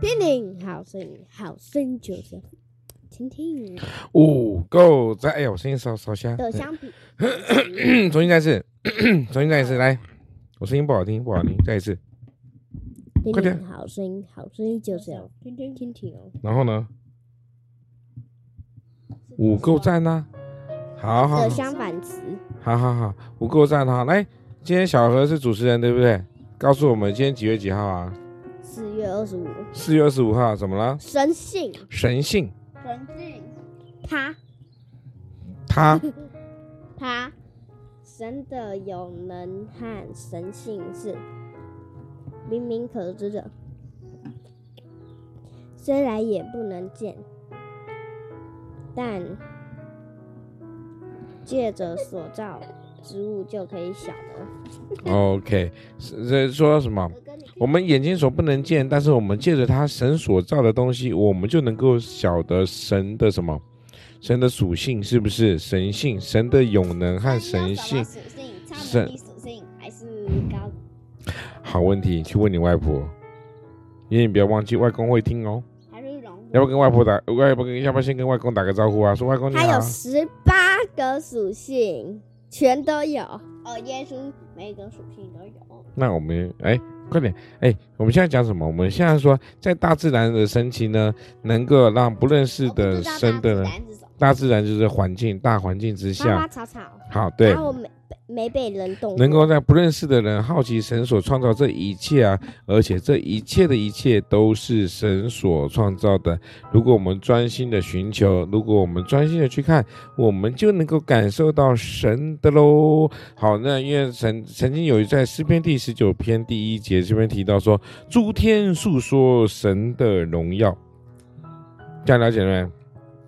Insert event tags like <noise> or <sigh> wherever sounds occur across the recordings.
叮铃，好声音，好声音就是倾听五 go 再哎呀，我声音烧烧瞎，嗯的相比， <coughs> 重新再一次， <coughs> 重新再一次，来，我声音不好听，不好听，再一次。叮快点铃，好声音，好声音就是要听听听听哦。然后呢，五够赞呐、好好的相反词，好好好，五够赞哈。来，今天小何是主持人对不对？告诉我们今天几月几号啊？四月二十五，四月二十五号，怎么了？神性，神性神性，他他他神的有能和神性是明明可知的，虽然也不能见，但借着所造之物就可以晓得。 ，OK，是这说什么？我们眼睛所不能见，但是我们借着他神所造的东西，我们就能够晓得神的什么，神的属性是不是神性，神的永能和神性。属性，超神能力属性还是高好问题，去问你外婆，因为你不要忘记外公会听哦。还是龙？要不要跟外婆打？外婆跟要不要先跟外公打个招呼啊？说外公你它好有。十八个属性，全都有。哦，耶稣每一个属性都有。那我们哎，快点哎，我们现在讲什么？我们现在说，在大自然的神奇呢，能够让哦不认识的生的呢，男子大自然就是环境，大环境之花花下，草草，好对然，后没没被人动过，能够在不认识的人好奇神所创造这一切啊，而且这一切的一切都是神所创造的。如果我们专心的寻求，如果我们专心的去看，我们就能够感受到神的喽。好，那因为神曾经有在诗篇第十九篇第一节这边提到说，诸天述说神的荣耀，这样了解了没？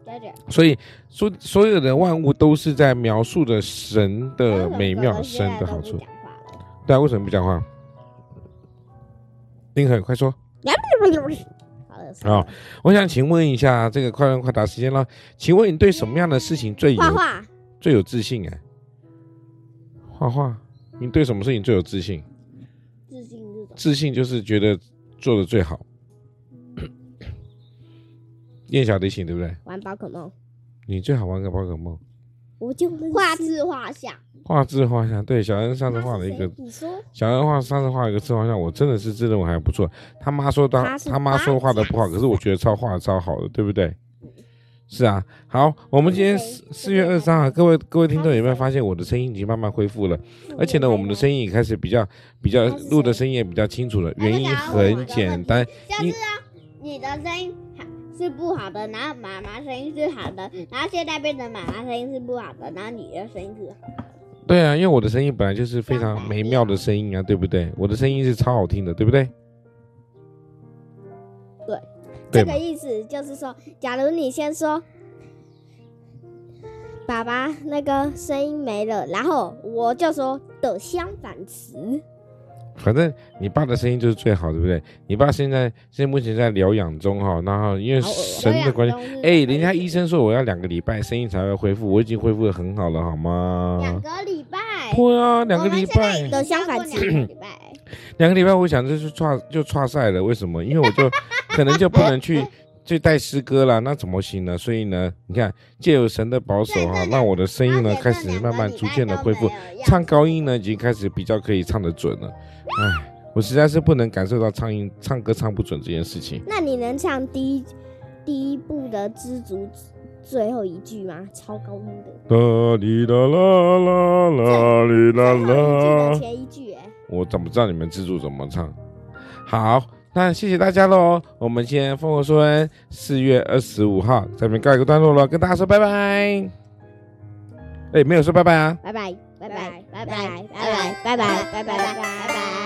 对对，所以，所所有的万物都是在描述着神的美妙，神现在的都好不处。讲话了。对啊，为什么不讲话？丁恒，快说！ <laughs> 好了，好我想请问一下，这个快问快答时间了，请问你对什么样的事情最有画画最有自信、哎，画画，你对什么事情最有自信？自信这种自信就是觉得做的最好。 <coughs> 练小提琴对不对？玩宝可梦，你最好玩个宝可梦，我就认识画字画像，画自画像。对，小恩上次画了一个你说小恩画上次画了一个自画像，我真的是自认为还不错。他妈说他他是他妈说画的不好，可是我觉得超画的超好的，对不对？是啊，好，我们今天四四月二十三号，各位各位听众有没有发现我的声音已经慢慢恢复了？而且呢，我们的声音也开始比较比较他是谁录的声音也比较清楚了。原因很简单，下你次啊，你的声音好是不好的，然后妈妈声音是好的，然后现在变成妈妈声音是不好的，然后你的声音是好的。对啊，因为我的声音本来就是非常美妙的声音啊，对不对？我的声音是超好听的，对不对？对这嘛个意思就是说，假如你先说爸爸那个声音没了，然后我就说的相反词，反正你爸的声音就是最好，对不对？你爸现在现在目前在疗养中哈，然后因为好恶哦神啊的关系，系哎，人家医生说我要两个礼拜声音才会恢复，我已经恢复的很好了，好吗？两个礼拜，对啊，两个我们礼现在已拜经，都相反 <clears throat> 超过两个礼拜。两个礼拜，我想就是岔就岔赛了。为什么？因为我 <laughs> 就可能就不能去去带诗歌了，那怎么行呢？所以呢，你看借由神的保守哈，对对对让我的声音呢而且开这始两个慢慢礼逐拜渐的都恢复没，有唱样子高音呢已经开始比较可以唱得准了。唉，我实在是不能感受到唱音唱歌唱不准这件事情。那你能唱第一第一部的知足最后一句吗？超高音的，啦哩啦啦啦啦哩啦最后一句的啦。前一句、哎，我怎么知道你们自助怎么唱？好，那谢谢大家喽。我们今天《风和说恩》四月二十五号在这边告一个段落了，跟大家说拜拜。哎，没有说拜拜啊。拜拜，拜拜拜，拜拜拜拜，拜拜，拜拜，拜拜拜拜拜拜拜拜，拜拜拜拜。。Hum.